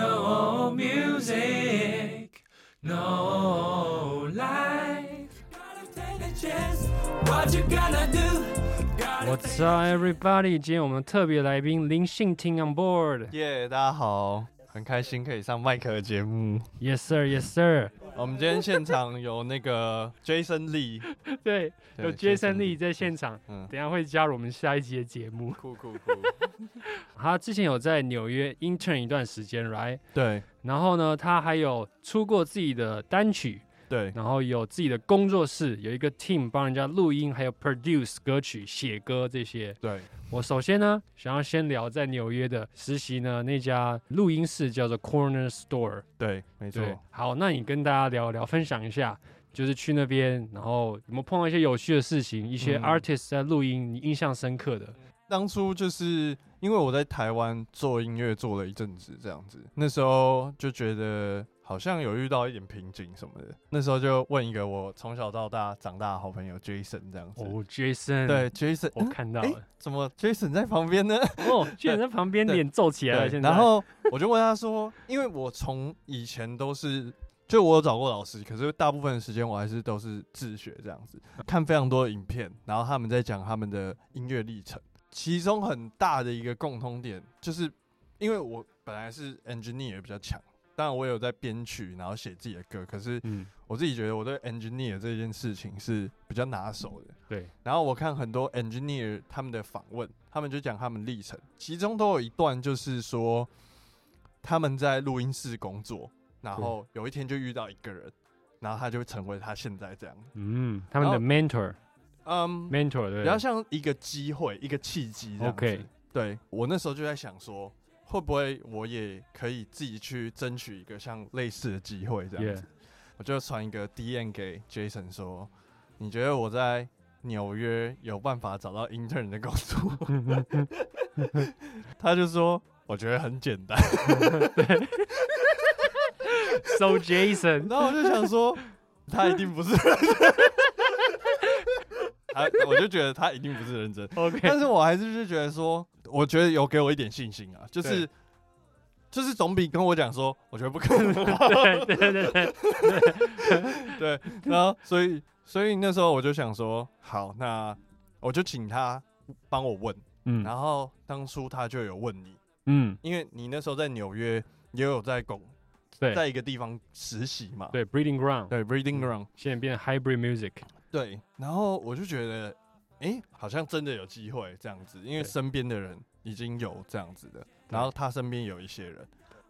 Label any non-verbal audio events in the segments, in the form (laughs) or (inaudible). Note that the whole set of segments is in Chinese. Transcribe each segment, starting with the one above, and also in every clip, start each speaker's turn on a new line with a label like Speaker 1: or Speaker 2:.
Speaker 1: No music, no life. Gotta take a chance. What you gonna do? Gotta
Speaker 2: What's up, everybody？今天我们特别来宾林信廷 on board。
Speaker 3: 耶大家好，很开心可以上麦克的节目。
Speaker 2: Yes sir, Yes sir。
Speaker 3: 我们今天现场有那个 Jason Lee，
Speaker 2: 对，有
Speaker 3: 对
Speaker 2: Jason Lee 在现场，
Speaker 3: 嗯，
Speaker 2: 等一下会加入我们下一集的节目。
Speaker 3: 酷酷酷，
Speaker 2: 他之前有在纽约 intern 一段时间，right？
Speaker 3: (laughs) 对
Speaker 2: 然后呢，他还有出过自己的单曲，
Speaker 3: 对
Speaker 2: 然后有自己的工作室，有一个 team 帮人家录音，还有 produce 歌曲、写歌这些。
Speaker 3: 对，
Speaker 2: 我首先呢，想要先聊在纽约的实习呢，那家录音室叫做 Corner Store。
Speaker 3: 对，没错。
Speaker 2: 对，好，那你跟大家聊聊，分享一下，就是去那边，然后有没有碰到一些有趣的事情，一些
Speaker 3: 嗯
Speaker 2: artist 在录音，你印象深刻的？
Speaker 3: 当初就是因为我在台湾做音乐做了一阵子，这样子，那时候就觉得好像有遇到一点瓶颈什么的。那时候就问一个我从小到大长大的好朋友 Jason 这样子，
Speaker 2: 哦，Jason，，
Speaker 3: 对 Jason，
Speaker 2: 我
Speaker 3: 嗯
Speaker 2: 看到
Speaker 3: 诶
Speaker 2: 了，
Speaker 3: 怎么 Jason 在旁边呢？
Speaker 2: 哦，居然在旁边
Speaker 3: 对
Speaker 2: 脸皱起来了，
Speaker 3: 对
Speaker 2: 现在，
Speaker 3: 然后我就问他说，因为我从以前都是，就我有找过老师，可是大部分的时间我还是都是自学这样子，
Speaker 2: 嗯
Speaker 3: 看非常多的影片，然后他们在讲他们的音乐历程，其中很大的一个共通点就是，因为我本来是 engineer 比较强。当然，我有在编曲，然后写自己的歌。可是
Speaker 2: 嗯，
Speaker 3: 我自己觉得我对 engineer 这件事情是比较拿手的。
Speaker 2: 对，
Speaker 3: 然后我看很多 engineer 他们的访问，他们就讲他们历程，其中都有一段就是说他们在录音室工作，然后有一天就遇到一个人，然后他就成为他现在这样。
Speaker 2: 嗯，他们的
Speaker 3: 然
Speaker 2: mentor，mentor
Speaker 3: 嗯，
Speaker 2: 对
Speaker 3: 比
Speaker 2: 不
Speaker 3: 较
Speaker 2: 对，
Speaker 3: 像一个机会，一个契机这样子。
Speaker 2: OK
Speaker 3: 对我那时候就在想说，会不会我也可以自己去争取一个像类似的机会这样子。
Speaker 2: Yeah
Speaker 3: 我就传一个 DM 给 Jason 说，你觉得我在纽约有办法找到 intern 的工作？ (laughs) 他就说，我觉得很简单。
Speaker 2: ，So Jason，
Speaker 3: (laughs) 然后我就想说，他一定不是认真。 (laughs) 他我就觉得他一定不是认真。 (laughs)
Speaker 2: OK，
Speaker 3: 但是我还是就觉得说，我觉得有给我一点信心啊，就是就是总比跟我讲说，我觉得不可能好。
Speaker 2: 对对对
Speaker 3: (laughs)
Speaker 2: 对，
Speaker 3: 对，然后所以所以那时候我就想说，好，那我就请他帮我问。
Speaker 2: 嗯
Speaker 3: 然后当初他就有问你，
Speaker 2: 嗯，
Speaker 3: 因为你那时候在纽约也有在拱，
Speaker 2: 对
Speaker 3: 在一个地方实习嘛。
Speaker 2: 对，breeding 嗯 ground，
Speaker 3: 对，breeding ground。
Speaker 2: 现在变 hybrid music，
Speaker 3: 对，然后我就觉得，诶，好像真的有机会这样子，因为
Speaker 2: 对
Speaker 3: 身边的人已经有这样子的，然后他身边有一些人。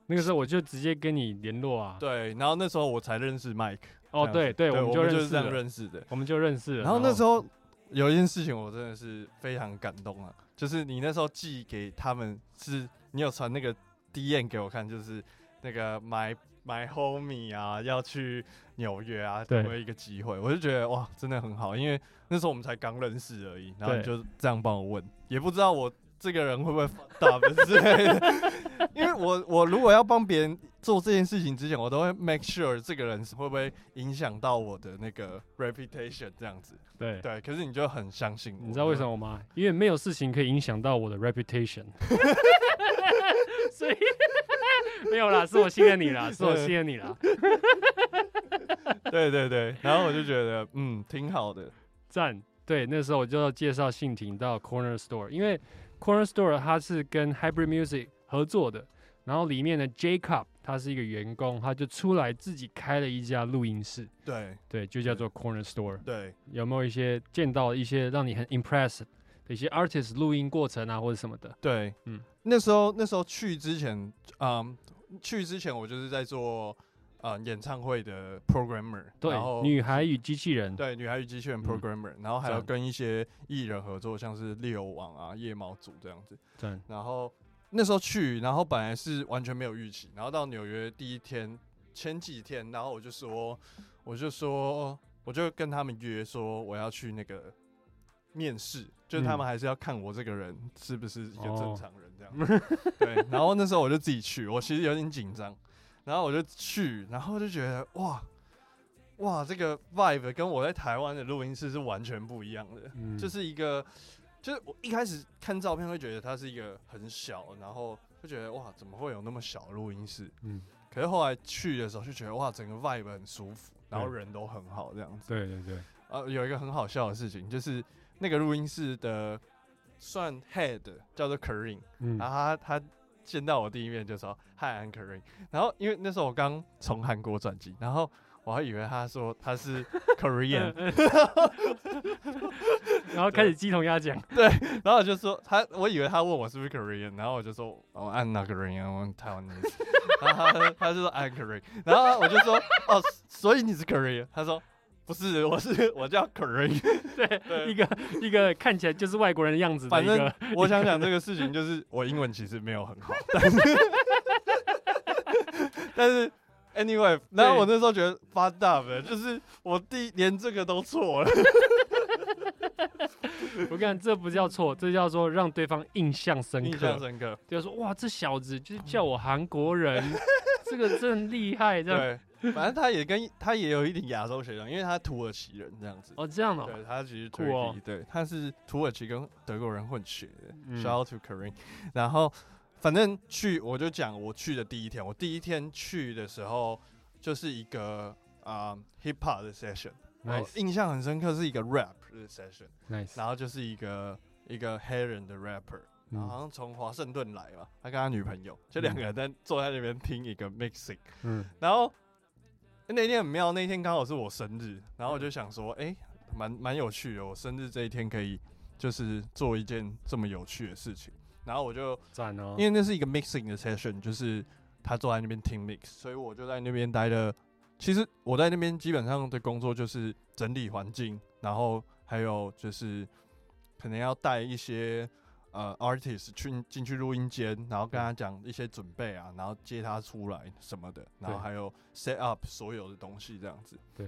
Speaker 2: 那个时候我就直接跟你联络啊，
Speaker 3: 对，然后那时候我才认识 Mike。
Speaker 2: 哦，
Speaker 3: 这样
Speaker 2: 对
Speaker 3: 子
Speaker 2: 对，
Speaker 3: 我
Speaker 2: 我们
Speaker 3: 们
Speaker 2: 就认
Speaker 3: 是
Speaker 2: 识
Speaker 3: 这样
Speaker 2: 了，
Speaker 3: 认识的。
Speaker 2: 我们就认识了，
Speaker 3: 啊
Speaker 2: 哦
Speaker 3: 然后那时候有一件事情，我真的是非常感动啊，就是你那时候寄给他们是，你有传那个 DM 给我看，就是那个 My My Homie 啊，要去纽约啊，
Speaker 2: 对
Speaker 3: 给我一个机会，我就觉得哇，真的很好，因为那时候我们才刚认识而已，然后你
Speaker 2: 对
Speaker 3: 就这样帮我问，也不知道我。这个人会不会打分之类的？ (laughs) 因为我我如果要帮别人做这件事情之前，我都会 make sure 这个人是会不会影响到我的那个 reputation 这样子。
Speaker 2: 对
Speaker 3: 对，可是你就很相信我，
Speaker 2: 你知道为什么吗？因为没有事情可以影响到我的 reputation，所以 (laughs) 没有啦，是我信任你啦，
Speaker 3: 嗯
Speaker 2: 是我信任你啦，
Speaker 3: 就？对对对，然后我就觉得，嗯，挺好的。
Speaker 2: 赞。对，那时候我就要介绍信婷到 Corner Store，因为 Corner Store 它是跟 Hybrid Music 合作的，然后里面的 Jacob 他是一个员工，他就出来自己开了一家录音室，
Speaker 3: 对
Speaker 2: 对，就叫做
Speaker 3: 嗯
Speaker 2: Corner Store。
Speaker 3: 对，
Speaker 2: 有没有一些见到一些让你很 impressed 的一些 artist 录音过程啊，或者什么的？
Speaker 3: 对，
Speaker 2: 嗯
Speaker 3: 嗯，那时候那时候去之前，嗯，去之前我就是在做呃演唱会的 programmer，
Speaker 2: 对
Speaker 3: 然，后
Speaker 2: 女孩与机器人，
Speaker 3: 对女孩与机器人
Speaker 2: 嗯
Speaker 3: programmer，、然后还有
Speaker 2: 赞
Speaker 3: 跟一些艺人合作，像是猎网啊、夜猫组这样子。
Speaker 2: 对，
Speaker 3: 然后那时候去，然后本来是完全没有预期，然后到纽约第一天前几天，然后我就说，我就说，我就跟他们约说我要去那个面试，就是他们还是要看我这个人是不是一个正常人这样。对，然后那时候我就自己去，我其实有点紧张，然后我就去，然后就觉得哇。哇，这个 vibe 跟我在台湾的录音室是完全不一样的。
Speaker 2: 嗯
Speaker 3: 就是一个，就是我一开始看照片会觉得它是一个很小，然后就觉得哇，怎么会有那么小的录音室？
Speaker 2: 嗯，
Speaker 3: 可是后来去的时候就觉得哇，整个 vibe 很舒服，然后
Speaker 2: 对
Speaker 3: 人都很好，这样子。
Speaker 2: 对对对，
Speaker 3: 呃，有一个很好笑的事情，就是那个录音室的算 head 叫做 Karin，
Speaker 2: 嗯
Speaker 3: 然后他他见到我第一面就说嗨，I'm Karin。然后因为那时候我刚从韩国转机，然后我还以为他说他是 Korean，
Speaker 2: 然后开始鸡同鸭
Speaker 3: (laughs)
Speaker 2: 讲，
Speaker 3: 然后我就说他，我以为他问我是不是 Korean，然后我就说哦，I'm not Korean，I'm Taiwanese。然 (laughs) 后他他就说 I'm Korean，然后我就说哦，所以你是 Korean？他说不是，我是我叫 Korean。
Speaker 2: (laughs) 对，一个一个看起来就是外国人的样子的
Speaker 3: 反
Speaker 2: 一
Speaker 3: 正
Speaker 2: 个，
Speaker 3: 我想想这个事情，就是我英文其实没有很好，但是但是 anyway，然后我那时候觉得发大了，就是我第连这个都错了，
Speaker 2: 我跟你讲，这不叫错，这叫做让对方印象深
Speaker 3: 印象
Speaker 2: 刻，
Speaker 3: 深嗯刻。
Speaker 2: 就是说哇，这小子就是叫我韩国
Speaker 3: (laughs)
Speaker 2: 人，这个真厉害，这样
Speaker 3: 对，反正他也跟他也有一点亚洲血统，因为他土耳其人这样子。
Speaker 2: 哦，这样哦，
Speaker 3: 对他其实
Speaker 2: 酷
Speaker 3: 土耳
Speaker 2: 哦
Speaker 3: 其，对，他是土耳其跟德国人混血的。
Speaker 2: 嗯
Speaker 3: Shout out to Karin。然后反正去我就讲我去的第一天，我第一天去的时候就是一个啊、hip hop 的 session，我
Speaker 2: nice
Speaker 3: 印象很深刻是一个 rap 的 session，
Speaker 2: nice，
Speaker 3: 然后就是一个一个黑人的 rapper。然后好
Speaker 2: 嗯
Speaker 3: 像从华盛顿来吧，他跟他女朋友，就两个人在坐在那边听一个 mixing，
Speaker 2: 嗯
Speaker 3: 然后那天很妙，那天刚好是我生日，然后我就想说，哎、蛮蛮有趣的，我生日这一天可以就是做一件这么有趣的事情。然后我就
Speaker 2: 赞哦，
Speaker 3: 因为那是一个 mixing 的 session，就是他坐在那边听 mix，所以我就在那边待了。其实我在那边基本上的工作就是整理环境，然后还有就是可能要带一些呃 artist 去进去录音间，然后跟
Speaker 2: 嗯
Speaker 3: 他讲一些准备啊，然后接他出来什么的，然后
Speaker 2: 对
Speaker 3: 还有 set up 所有的东西这样子。
Speaker 2: 对，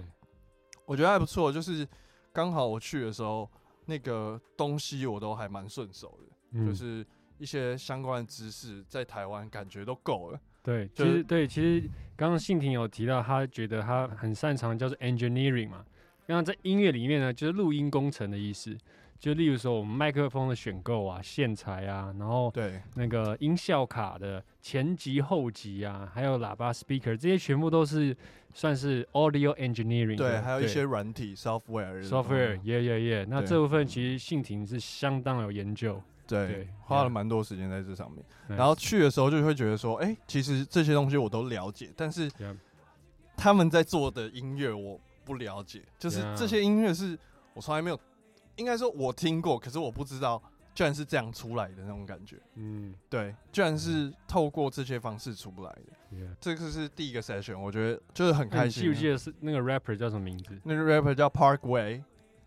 Speaker 3: 我觉得还不错，就是刚好我去的时候，那个东西我都还蛮顺手的。
Speaker 2: 嗯
Speaker 3: 就是一些相关的知识，在台湾感觉都够了。
Speaker 2: 对，
Speaker 3: 就
Speaker 2: 其
Speaker 3: 是
Speaker 2: 实对，其实刚刚信婷有提到，她觉得她很擅长叫做 engineering 嘛。然后在音乐里面呢，就是录音工程的意思，就例如说我们麦克风的选购啊、线材啊，然后
Speaker 3: 对，
Speaker 2: 那个音效卡的前级、后级啊，还有喇叭 speaker，这些全部都是算是 audio engineering 的。
Speaker 3: 对，还有一些软体 software 的东西
Speaker 2: software，耶耶耶。那
Speaker 3: 对
Speaker 2: 这部分其实信婷是相当有研究。
Speaker 3: 对
Speaker 2: 对，
Speaker 3: 花了蛮多时间在这上面。
Speaker 2: Nice
Speaker 3: 然后去的时候就会觉得说，哎，其实这些东西我都了解，但是
Speaker 2: Yeah
Speaker 3: 他们在做的音乐我不了解，就是
Speaker 2: Yeah
Speaker 3: 这些音乐是我从来没有，应该说我听过，可是我不知道居然是这样出来的那种感觉。
Speaker 2: 嗯
Speaker 3: 对，居然是透过这些方式出来的，
Speaker 2: ，yeah。
Speaker 3: 这个是第一个 session，我觉得就是很
Speaker 2: 那
Speaker 3: 开
Speaker 2: 嗯你
Speaker 3: 心。啊
Speaker 2: 记不记得是那个 rapper 叫什么名字
Speaker 3: 那个 rapper 叫 Parkway。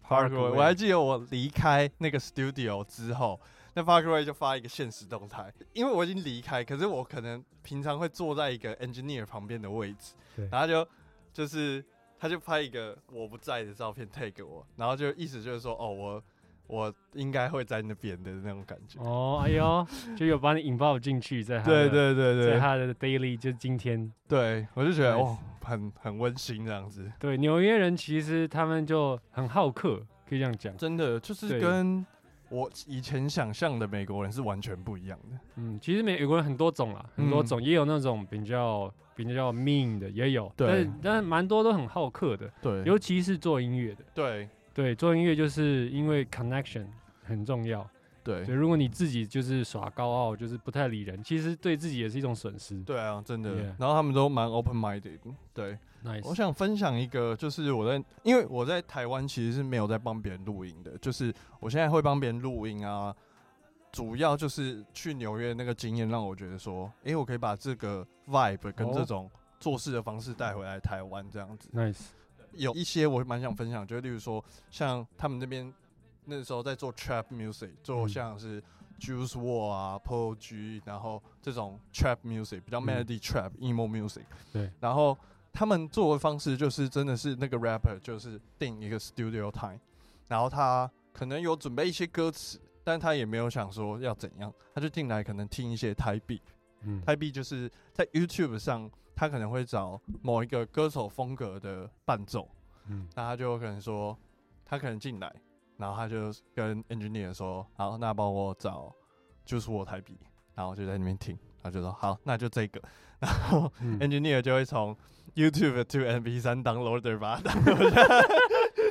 Speaker 3: Parkway，我还记得我离开那个 studio 之后，那 Parkway 就发一个现实动态，因为我已经离开，可是我可能平常会坐在一个 engineer 旁边的位置
Speaker 2: 对，
Speaker 3: 然后就就是他就拍一个我不在的照片 take 给我，然后就意思就是说，哦，我我应该会在那边的那种感觉。
Speaker 2: 哦，哎呦，就有把你引爆进去，在他
Speaker 3: 对
Speaker 2: 的，
Speaker 3: 对对
Speaker 2: 在
Speaker 3: 对
Speaker 2: 他的 daily 就今天，
Speaker 3: 对，我就觉得
Speaker 2: Nice
Speaker 3: 哦，很很温馨这样子，
Speaker 2: 对纽约人其实他们就很好客，可以这样讲，
Speaker 3: 真的就是
Speaker 2: 对
Speaker 3: 跟我以前想象的美国人是完全不一样的。
Speaker 2: 嗯，其实美国人很多种啦，很多
Speaker 3: 嗯
Speaker 2: 种，也有那种比较比较 mean 的，也有，
Speaker 3: 对
Speaker 2: 但是但是蛮多都很好客的，
Speaker 3: 对
Speaker 2: 尤其是做音乐的，
Speaker 3: 对
Speaker 2: 对，做音乐就是因为 connection 很重要，
Speaker 3: 对
Speaker 2: 对，如果你自己就是耍高傲，就是不太理人，其实对自己也是一种损失。
Speaker 3: 对啊，真的。
Speaker 2: Yeah
Speaker 3: 然后他们都蛮 open minded 的。对，我
Speaker 2: Nice，
Speaker 3: 想分享一个，就是我在，因为我在台湾其实是没有在帮别人录音的，就是我现在会帮别人录音啊，主要就是去纽约那个经验让我觉得说，诶、我可以把这个 vibe 跟
Speaker 2: 哦
Speaker 3: 这种做事的方式带回来台湾这样子。
Speaker 2: nice，
Speaker 3: 有一些我蛮想分享，就例如说像他们那边那时候在做 trap music，做
Speaker 2: 嗯
Speaker 3: 像是 Juice WRLD 啊、p o G，然后这种 trap music 比较
Speaker 2: 嗯
Speaker 3: melody trap、emo music，
Speaker 2: 对，
Speaker 3: 然后他们做的方式就是真的是那个 rapper 就是定一个 studio time，然后他可能有准备一些歌词，但他也没有想说要怎样，他就进来可能听一些 type beat。
Speaker 2: 嗯，
Speaker 3: 台币就是在 YouTube 上，他可能会找某一个歌手风格的伴奏，
Speaker 2: 嗯
Speaker 3: 那他就可能说，他可能进来，然后他就跟 engineer 说，好，那帮我找就是我台币，然后就在那边听，他就说好，那就这个。然后
Speaker 2: 嗯
Speaker 3: engineer 就会从 YouTube to MP3 downloader 把它 download 下来 (laughs)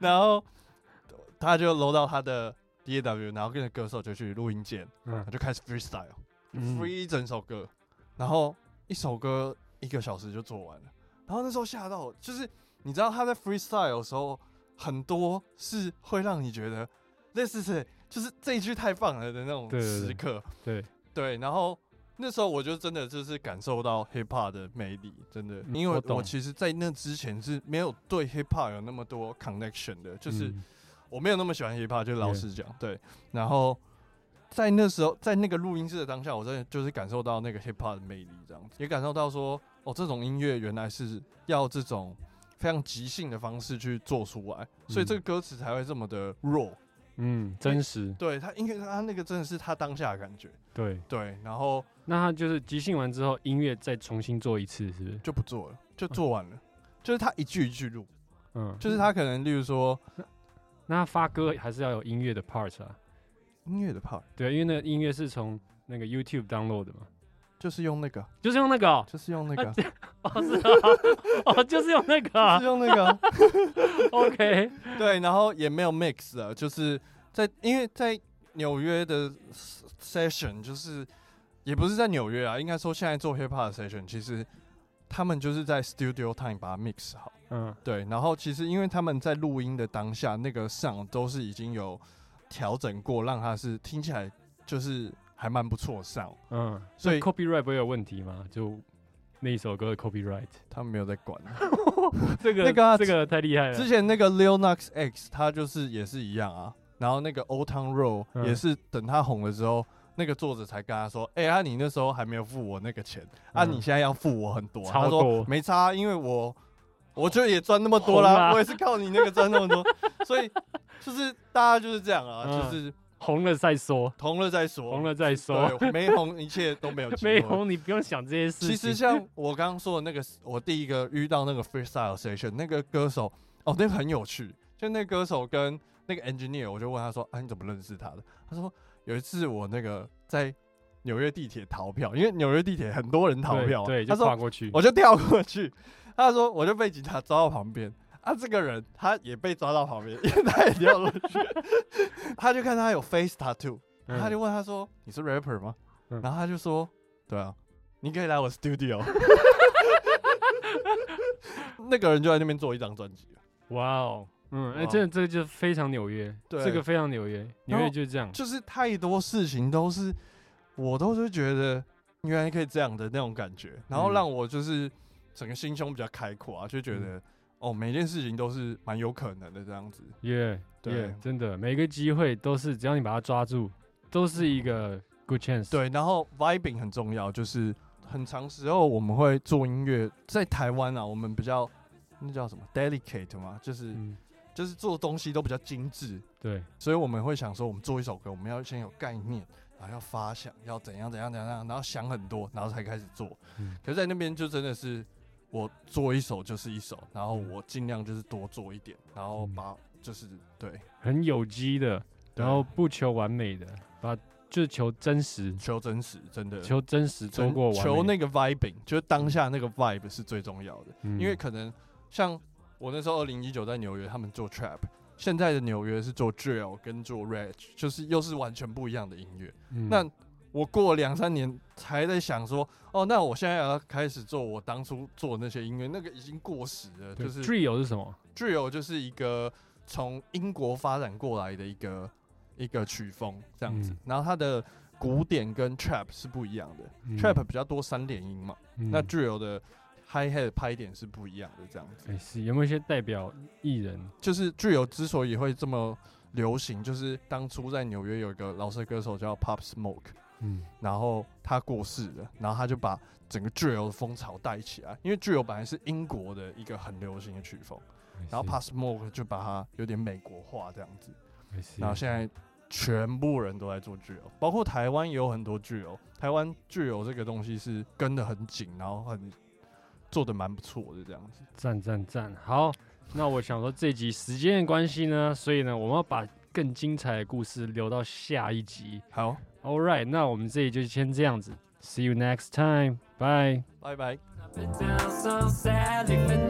Speaker 3: 然后他就 load 到他的 DAW，然后跟着歌手就去录音键，
Speaker 2: 嗯
Speaker 3: 他就开始 freestyle。
Speaker 2: 嗯
Speaker 3: free 一整首歌，然后一首歌一个小时就做完了。然后那时候吓到我，就是你知道他在 freestyle 的时候，很多是会让你觉得 this is it，就是这一句太棒了的那种
Speaker 2: 对对对
Speaker 3: 时刻。
Speaker 2: 对，
Speaker 3: 对，然后那时候我就真的就是感受到 hip hop 的魅力，真的，
Speaker 2: 嗯
Speaker 3: 因
Speaker 2: 我
Speaker 3: 为
Speaker 2: 懂
Speaker 3: 我其实，在那之前是没有对 hip hop 有那么多 connection 的，就是。
Speaker 2: 嗯
Speaker 3: 我没有那么喜欢 hiphop，就老
Speaker 2: Yeah
Speaker 3: 实讲对。然后在那时候，在那个录音室的当下，我真的就是感受到那个 hiphop 的魅力，这样子，也感受到说，哦，这种音乐原来是要这种非常即兴的方式去做出来，所以这个歌词才会这么的 raw。
Speaker 2: 嗯，真实
Speaker 3: 对他，因为他那个真的是他当下的感觉，
Speaker 2: 对。
Speaker 3: 对，然后
Speaker 2: 那他就是即兴完之后，音乐再重新做一次，是不是？
Speaker 3: 就不做了，就做完了。就是他一句一句录，
Speaker 2: 嗯，
Speaker 3: 就是他可能，例如说
Speaker 2: 那他发歌还是要有音乐的 part 啊，
Speaker 3: 音乐的 part，
Speaker 2: 对，因为那个音乐是从那个 YouTube download 的嘛，
Speaker 3: 就是用那个，
Speaker 2: 就是用那个哦，
Speaker 3: 就是用那个，
Speaker 2: 啊哦是啊哦，就是用那个
Speaker 3: (laughs) 就
Speaker 2: 啊
Speaker 3: 是用那个啊，
Speaker 2: ，OK，
Speaker 3: 对，然后也没有 mix 的，就是在因为在纽约的 s- session，就是也不是在纽约啊，应该说现在做 hip hop 的 session，其实他们就是在 studio time 把它 mix 好。
Speaker 2: 嗯
Speaker 3: 对，然后其实因为他们在录音的当下，那个上都是已经有调整过，让它是听起来就是还蛮不错的 sound，
Speaker 2: 嗯，
Speaker 3: 所
Speaker 2: 所
Speaker 3: 以
Speaker 2: 以 copyright 不会有问题吗？就那一首歌的 copyright，
Speaker 3: 他们没有在管。
Speaker 2: 这个
Speaker 3: 那个啊
Speaker 2: 这个太厉害了
Speaker 3: 之，前那个 Lil Nas X，他就是也是一样啊。然后那个 Old Town Road
Speaker 2: 嗯
Speaker 3: 也是等他红了之后，那个作者才跟他说：“哎、啊，你那时候还没有付我那个钱，啊，
Speaker 2: 嗯
Speaker 3: 你现在要付我很多啊。”
Speaker 2: 超
Speaker 3: 他说
Speaker 2: 多：“哦
Speaker 3: 没差，因为我我就也赚那么多啦，
Speaker 2: 红啊
Speaker 3: 我也是靠你那个赚那
Speaker 2: (laughs)
Speaker 3: 么多。”所以就是大家就是这样啊，
Speaker 2: 嗯
Speaker 3: 就是
Speaker 2: 红了再说，
Speaker 3: 红了再说，
Speaker 2: 红了再说，
Speaker 3: 对，没红一切都没有机会
Speaker 2: 没。红你不用想这些事情。
Speaker 3: 其实像我刚刚说的那个，我第一个遇到那个 freestyle session 那个歌手，哦，那个很有趣。就那个歌手跟那个 engineer，我就问他说：“啊，你怎么认识他的？”他说：“有一次我那个在纽约地铁逃票，因为纽约地铁很多人逃
Speaker 2: 对
Speaker 3: 票啊，
Speaker 2: 对，
Speaker 3: 他
Speaker 2: 就
Speaker 3: 说
Speaker 2: 跨过去，
Speaker 3: 我就跳过去，他说我就被警察抓到旁边。”啊，这个人他也被抓到旁边，因为他也跳过去， (laughs) 他就看他有 face tattoo，
Speaker 2: 嗯
Speaker 3: 他就问他说：“你是 rapper 吗？”
Speaker 2: 嗯
Speaker 3: 然后他就说：“对啊， (laughs) 你可以来我 studio。” (laughs) 那个人就在那边做一张专辑了，
Speaker 2: 哇哦，嗯，哎，
Speaker 3: 哇
Speaker 2: 真的这个就非常纽约，
Speaker 3: 对
Speaker 2: 这个非常纽约，纽
Speaker 3: 然后
Speaker 2: 约就是这样，
Speaker 3: 就是太多事情都是我都是觉得原来可以这样的那种感觉，然后
Speaker 2: 嗯
Speaker 3: 让我就是整个心胸比较开阔啊，就觉得、哦每件事情都是蛮有可能的这样子。
Speaker 2: 耶
Speaker 3: 对
Speaker 2: 耶，真的每个机会都是只要你把它抓住，都是一个 good chance。，
Speaker 3: 嗯对，然后 vibing 很重要，就是很长时候我们会做音乐，在台湾啊，我们比较那叫什么 delicate 嘛，就是、
Speaker 2: 嗯，
Speaker 3: 就是做东西都比较精致，
Speaker 2: 对，
Speaker 3: 所以我们会想说，我们做一首歌，我们要先有概念，然后要发想，要怎样怎样怎样怎样，然后想很多，然后才开始做。
Speaker 2: 嗯
Speaker 3: 可是在那边就真的是，我做一首就是一首，然后我尽量就是多做一点，然后
Speaker 2: 嗯
Speaker 3: 把就是对，
Speaker 2: 很有机的，然后不求完美的，把就是求真实，
Speaker 3: 求真实，真的
Speaker 2: 求真实
Speaker 3: 真
Speaker 2: 多过完美。
Speaker 3: 求那个 vibing，就是当下那个 vibe 是最重要的。
Speaker 2: 嗯，
Speaker 3: 因为可能像我那时候二零一九在纽约，他们做 trap，现在的纽约是做 drill 跟做 rage，就是又是完全不一样的音乐。
Speaker 2: 嗯
Speaker 3: 那我过了两三年才在想说，哦，那我现在要开始做我当初做的那些音乐，那个已经过时了。
Speaker 2: 对
Speaker 3: 就是
Speaker 2: drill 是什么？
Speaker 3: drill 就是一个从英国发展过来的一个一个曲风这样子，
Speaker 2: 嗯
Speaker 3: 然后它的鼓点跟 trap 是不一样的、
Speaker 2: 嗯
Speaker 3: t r a p 比较多三连音嘛，
Speaker 2: 嗯
Speaker 3: 那 drill 的 hi hat 拍点是不一样的这样子。
Speaker 2: 哎是有没有一些代表艺人？
Speaker 3: 就是具有之所以会这么流行，就是当初在纽约有一个饶舌歌手叫 Pop Smoke，
Speaker 2: 嗯
Speaker 3: 然后他过世了，然后他就把整个 drill 的风潮带起来，因为 drill 本来是英国的一个很流行的曲风，然后 Pop Smoke 就把它有点美国化这样子，然后现在全部人都在做 drill，包括台湾也有很多 drill，台湾 drill 这个东西是跟得很紧，然后很做的蛮不错的这样子。
Speaker 2: 赞赞赞！好，那我想说这集时间的关系呢，所以呢，我们要把更精彩的故事留到下一集。
Speaker 3: 好，
Speaker 2: All right，那我们这里就先这样子， See you next time. Bye.
Speaker 3: 拜拜。
Speaker 1: I've been down so sadly for